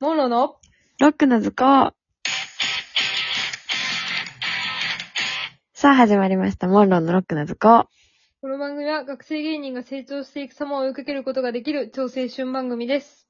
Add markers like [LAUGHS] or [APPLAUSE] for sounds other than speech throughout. モンローのロックの図工。さあ、始まりました。モンローのロックの図工。この番組は学生芸人が成長していく様を追いかけることができる超青春番組です。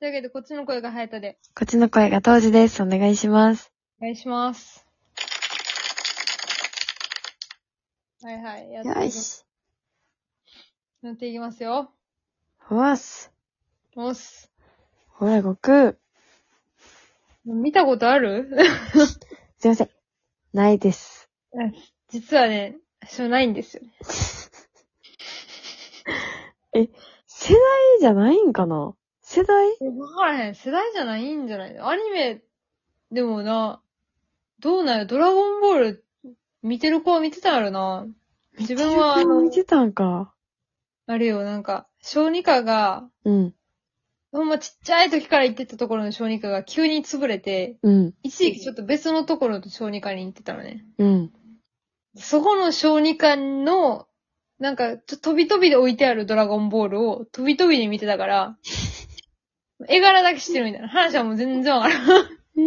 というわけで、こっちの声が早田で。こっちの声が当時です。お願いします。お願いします。はいはい。やってよいきし。やっていきますよ。ほわっす。おっす。ほら、悟空。見たことある [LAUGHS] すいません。ないです。実はね、私はないんですよね。世代じゃないんかな世代わからへん。世代じゃないんじゃないアニメ、でもな、どうなんやドラゴンボール、見てる子は見てたんやろな。自分は、あ中の見、てたんか。あれよ、なんか、小児科が、うん。ほんまちっちゃい時から行ってたところの小児科が急に潰れて、うん。一時期ちょっと別のところの小児科に行ってたのね。うん。そこの小児科の、なんか、ちょ、飛び飛びで置いてあるドラゴンボールを、飛び飛びで見てた [LAUGHS] から、絵柄だけしてるみたいな。話はもう全然わからん。ええ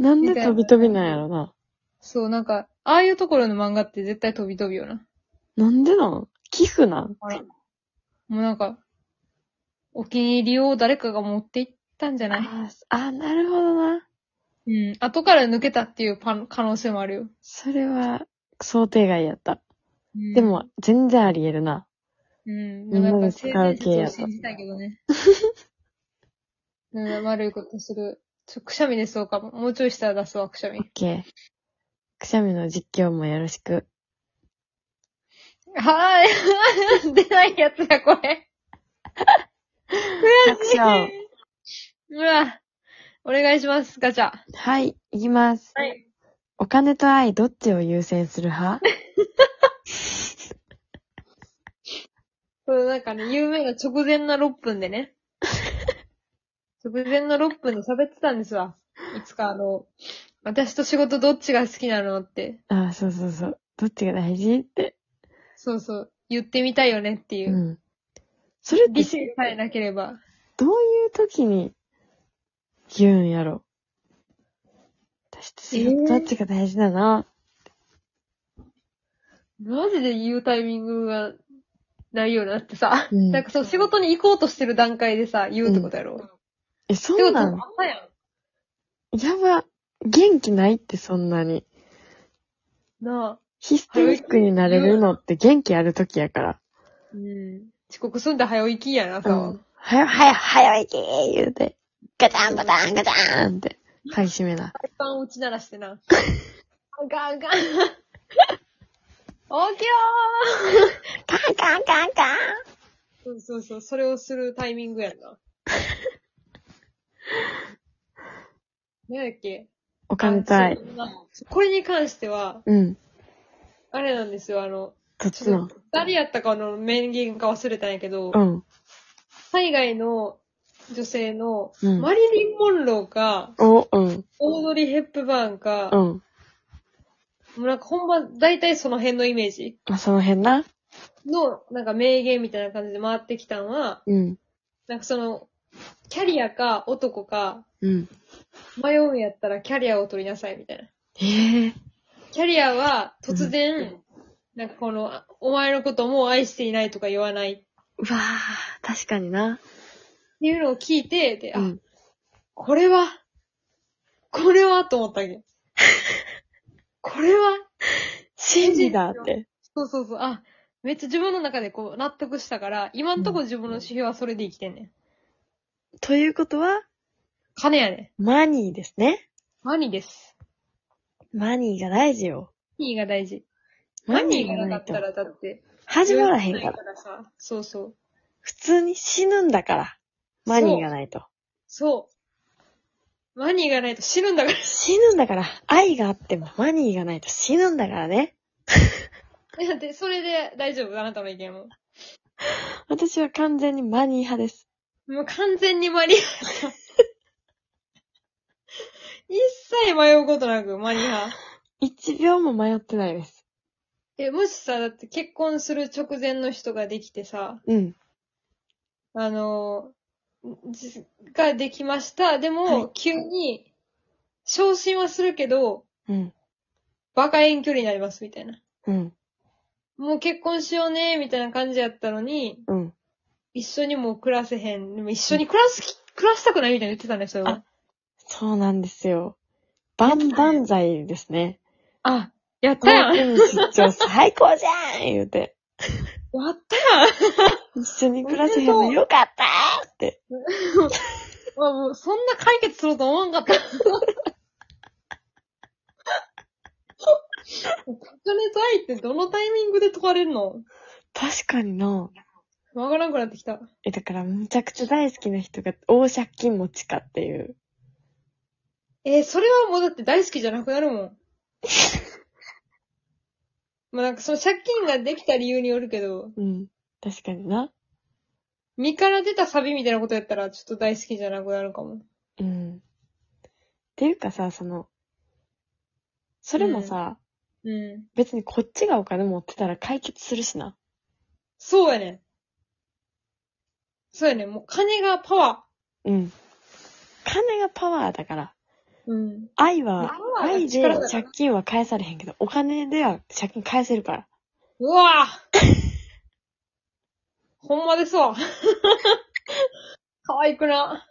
ー。なんで飛び飛びなんやろな。そう、なんか、ああいうところの漫画って絶対飛び飛びよな。なんでなん寄付なんもうなんか、お気に入りを誰かが持っていったんじゃないあーあー、なるほどな。うん。後から抜けたっていうパン可能性もあるよ。それは、想定外やった。うんで、も、全然あり得るな。うん。でみもんやなっぱで性使善う系説やをと信じたいけどね。うん、悪いことする。ちょ、くしゃみでそうかも。もうちょいしたら出すわ、くしゃオッみ。ケー。くしゃみの実況もよろしく。はーい。出ないやつや、これ。アクション。うわ。お願いします、ガチャ。はい、いきます。はい。お金と愛、どっちを優先す [LAUGHS] る派これなんかね、有名な直前の6分で [LAUGHS] ね。直前の6分で喋ってたんですわ。いつかあの、私と仕事どっちが好きなのって、ああ、そうそうそう。どっちが大事って。そうそう、言ってみたいよねっていうう。ん。それって理、性さえなければ。どういう時に言うんやろ。私と仕事どっちが大事だな。マジで言うタイミングがないよなってさ。うんなんかそう、仕事に行こうとしてる段階でさ、言うってことやろ。え、そ仕う事なのの朝ややば。元気ないってそんなに。ん。なあ。ヒステリックになれるのって元気ある時やから。うん。遅刻すんで早行きやな、う朝は。ん。はよ、はよ、はよ行けー言うて、ガタンガタンガタンって、買い占めな。一般打ち鳴らしてな。あかんあかん。起きろカンカンカンカンーそうそうそう、それをするタイミングやん [LAUGHS] な。何やっけお金と愛。あそうこれに関しては、うん。あれなんですよ、あの、どっちちょのっと、誰やったかの名言か忘れたんやけど、うん。海外の女性の、うんマリリン・モンローか、お、うん。オードリー・ヘップバーンか、うん。もうなんかほんま、大体その辺のイメージまあ、その辺な。の、なんか名言みたいな感じで回ってきたんは、うん。なんかその、キャリアか男かうん。迷うんやったらキャリアを取りなさいみたいな。ええキャリアは突然、なんかこの、あお前のこともう愛していないとか言わないってうわあ、確かにな。いうのを聞いて、で、あ、うん。これは、これはと思ったわ [LAUGHS] け。これは、真理だって。そうそうそう、あ、めっちゃ自分の中でこう納得したから、今んとこ自分の指標はそれで生きてんねん。ということは、金やねマニーですね。ん。マニーです。マニーが大事よ。マニーが大事。ママニニーーががなないかったと。らだって。始まらへんから。らさ。そうそう。普通に死ぬんだから。マニーがないと。そう。マニーがないと死ぬんだから。死ぬんだから、愛があってもマニーがないと死ぬんだからね。えだって、それで大丈夫あなたの意見も。私は完全にマニー派です。もう完全にマニー派。 [LAUGHS] 一切迷うことなく、マニー派。一秒も迷ってないです。え、もしさ、だって結婚する直前の人ができてさ、うん。あの、じができました。でも、はい急に、昇進はするけど、うん。バカ遠距離になります、みたいな。うん。もう結婚しようね、みたいな感じやったのに、うん。一緒にもう暮らせへん。でも一緒に暮らすき、暮らしたくないみたいな言ってたね、それは。そうなんですよ。バンバン剤ですね。あ、やっこたやのん。や国出張最高じゃん言うて。った一緒に暮らせへんのよかったって。やん。もうそんな解決すると思わんかった。高値財ってどのタイミングで問われるの確かにな。わからんくなってきた。え、だから、むちゃくちゃ大好きな人が、大借金持ちかっていう。えーそれはもうだって大好きじゃなくなるもん。まあなんかその借金ができた理由によるけど、うん。確かにな。身から出たサビみたいなことやったらちょっと大好きじゃなくなるかも。うん。っていうかさ、その、それもさ、うん。別にこっちがお金持ってたら解決するしな。そうやねん。そうやねん。もう金がパワうん。金がパワーだから。ー。うん。愛はパ、ワーが愛で力だから借金は返されへんけど、お金では借金返せるから。うわぁ [LAUGHS] ほんまですわ。 [LAUGHS] かわいくな。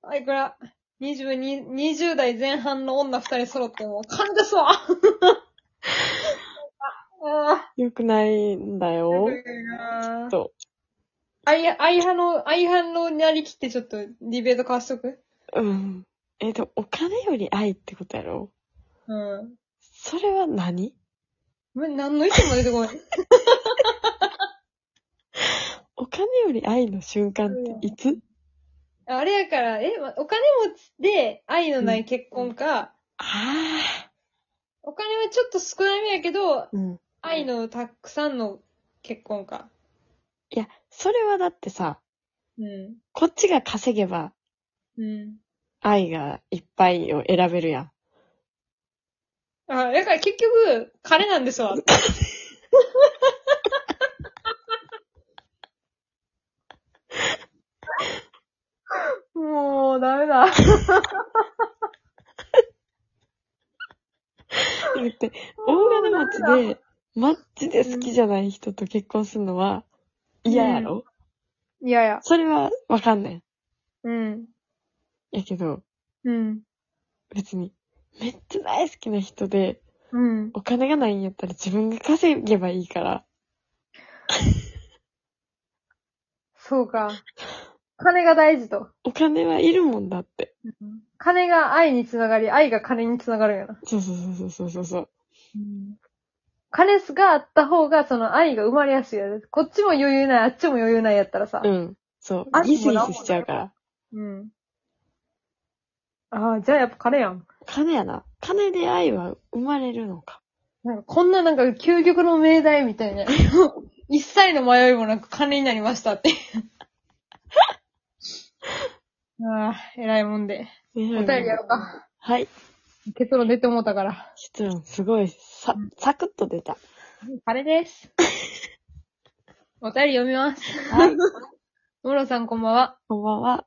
かわいくな。22、20代前半の女二人揃ってもう金ですわ。 [LAUGHS] あよくないんだあよ。ー。と。相、相派の、相派のなりきってちょっとディベート交わしとくうん。え、でもお金より愛ってことやろうん。それは何む何の意見も出てこない。お金より愛の瞬間っていつ [LAUGHS] あれやから、え、まお金持ちで愛のない結婚か、ああ。お金はちょっと少なめやけど、うん。愛のたくさんの結婚か。いや、それはだってさ、うん。こっちが稼げばうん。愛がいっぱいを選べるやん。あ、だから結局、金なんです [LAUGHS] わ。もう、ダメだ。だって、大金持ちで、マジで好きじゃない人と結婚するのは嫌やろ、いやいや。それはわかんない。うん。やけど、うん。別に、めっちゃ大好きな人で、うん。お金がないんやったら自分が稼げばいいから。そうか。金が大事と。お金はいるもんだって。金が愛につながり、愛が金につながるよな。そうそうそうそうそうそう。金があった方が、その愛が生まれやすいやでこっちも余裕ない、あっちも余裕ないやったらさ。うん。そうあ。ギスギスしちゃうから。うん。ああ、じゃあやっぱ金やん。金やな。金で愛は生まれるのか。なんかこんななんか究極の命題みたいな。 [LAUGHS] 一切の迷いもなく金になりましたって。 [LAUGHS] ああ、偉いもんで。おお便りやろうか。はい。結論出てもうたから。質問すごい、さ、サクッと出た。金 [LAUGHS] です。お便り読みます。はい。モロさんこんばんは。こんばんは。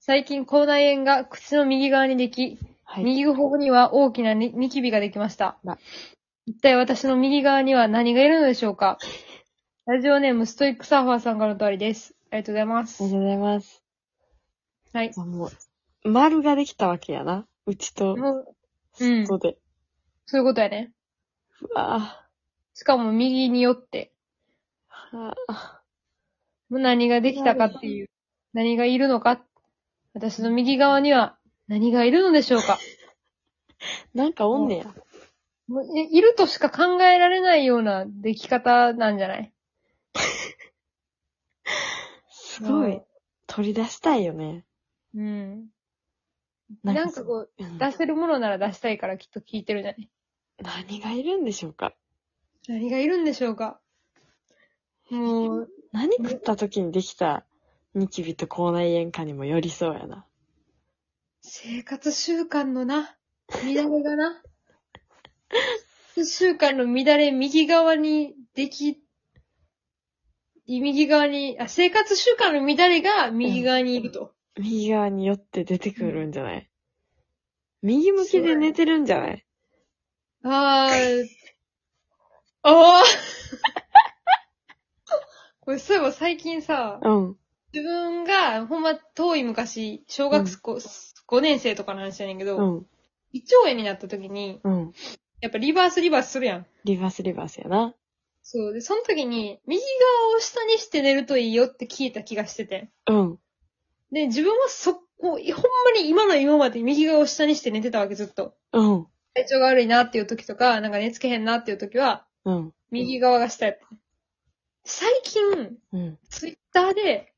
最近口内炎が口の右側にでき、はい。右頬には大きなニニキビができましたあ。一体私の右側には何がいるのでしょうかラジオネームストイックサーファーさんからの通りです。ありがとうございまありがす。とうございます。はい。じゃあもう、丸ができたわけやな。うちと、もう、うん外で。そういうことやね。うわしかも右によって、ぁはぁもう何ができたかっていう、何がいるのか、私の右側には何がいるのでしょうかなんかおんねや。もういいるとしか考えられないような出来方なんじゃないすごい。。取り出したいよね。うん。なんかこう、うん出せるものなら出したいからきっと聞いてるじゃない。何がいるんでしょうか。何がいるんでしょうかもう、何食った時にできたニキビと口内炎かにもよりそうやな。生活習慣のな、乱れがな、生活習慣の乱れ右側にでき、右側に、あ、生活習慣の乱れが右側にいると。右側に寄って出てくるんじゃない右向きで寝てるんじゃないあー。あー [LAUGHS] これ、そういえば最近さ、うん。自分が、ほんま遠い昔、小学校、5年生とかの話やねんけど、うん。胃腸炎になった時に、うん。やっぱリバースリバースするやん。リバースリバースやな。そう。で、その時に、右側を下にして寝るといいよって聞いた気がしてて。うん。で、自分はそ、もう、ほんまに今の今まで右側を下にして寝てたわけ、ずっと。うん。体調が悪いなっていう時とか、なんか寝つけへんなっていう時は、うん。右側が下やった。最近、うん。ツイッターで、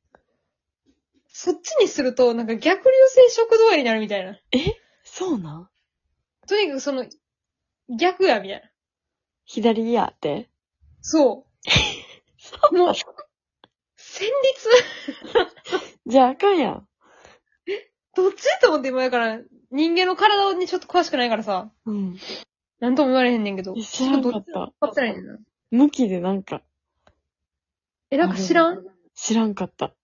そっちにすると、なんか逆流性食道炎になるみたいな。そうなんとにかくその、逆や、みたいな。左やって。そう。もう、戦慄じゃああかんやん。 [LAUGHS] どっちと思って今やから、人間の体にちょっと詳しくないからさ、うん。なんとも言われへんねんけど。え知らんどかっっちた。かってないねんな。向きでなんか、え、なんか知らん知らんかった。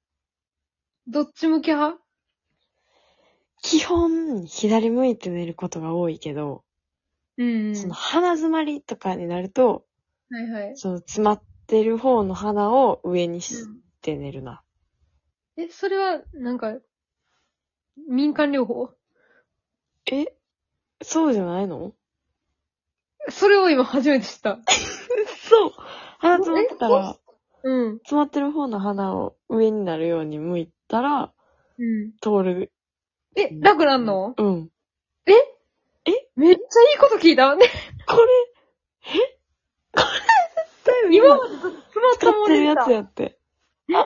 どっち向き派基本、左向いて寝ることが多いけど、うん。その鼻詰まりとかになると、はいはい。その詰まってる方の鼻を上にして寝るな。え、それは、なんか、民間療法えそうじゃないのそれを今初めて知った。そう鼻詰まってたら、うん。詰まってる方の鼻を上になるように向いたら、うん。通る。え、楽なんのうん。めっちゃいいこと聞いた。ね、これ、えこれ絶対今今までずっと使っまともてるでやさつやって。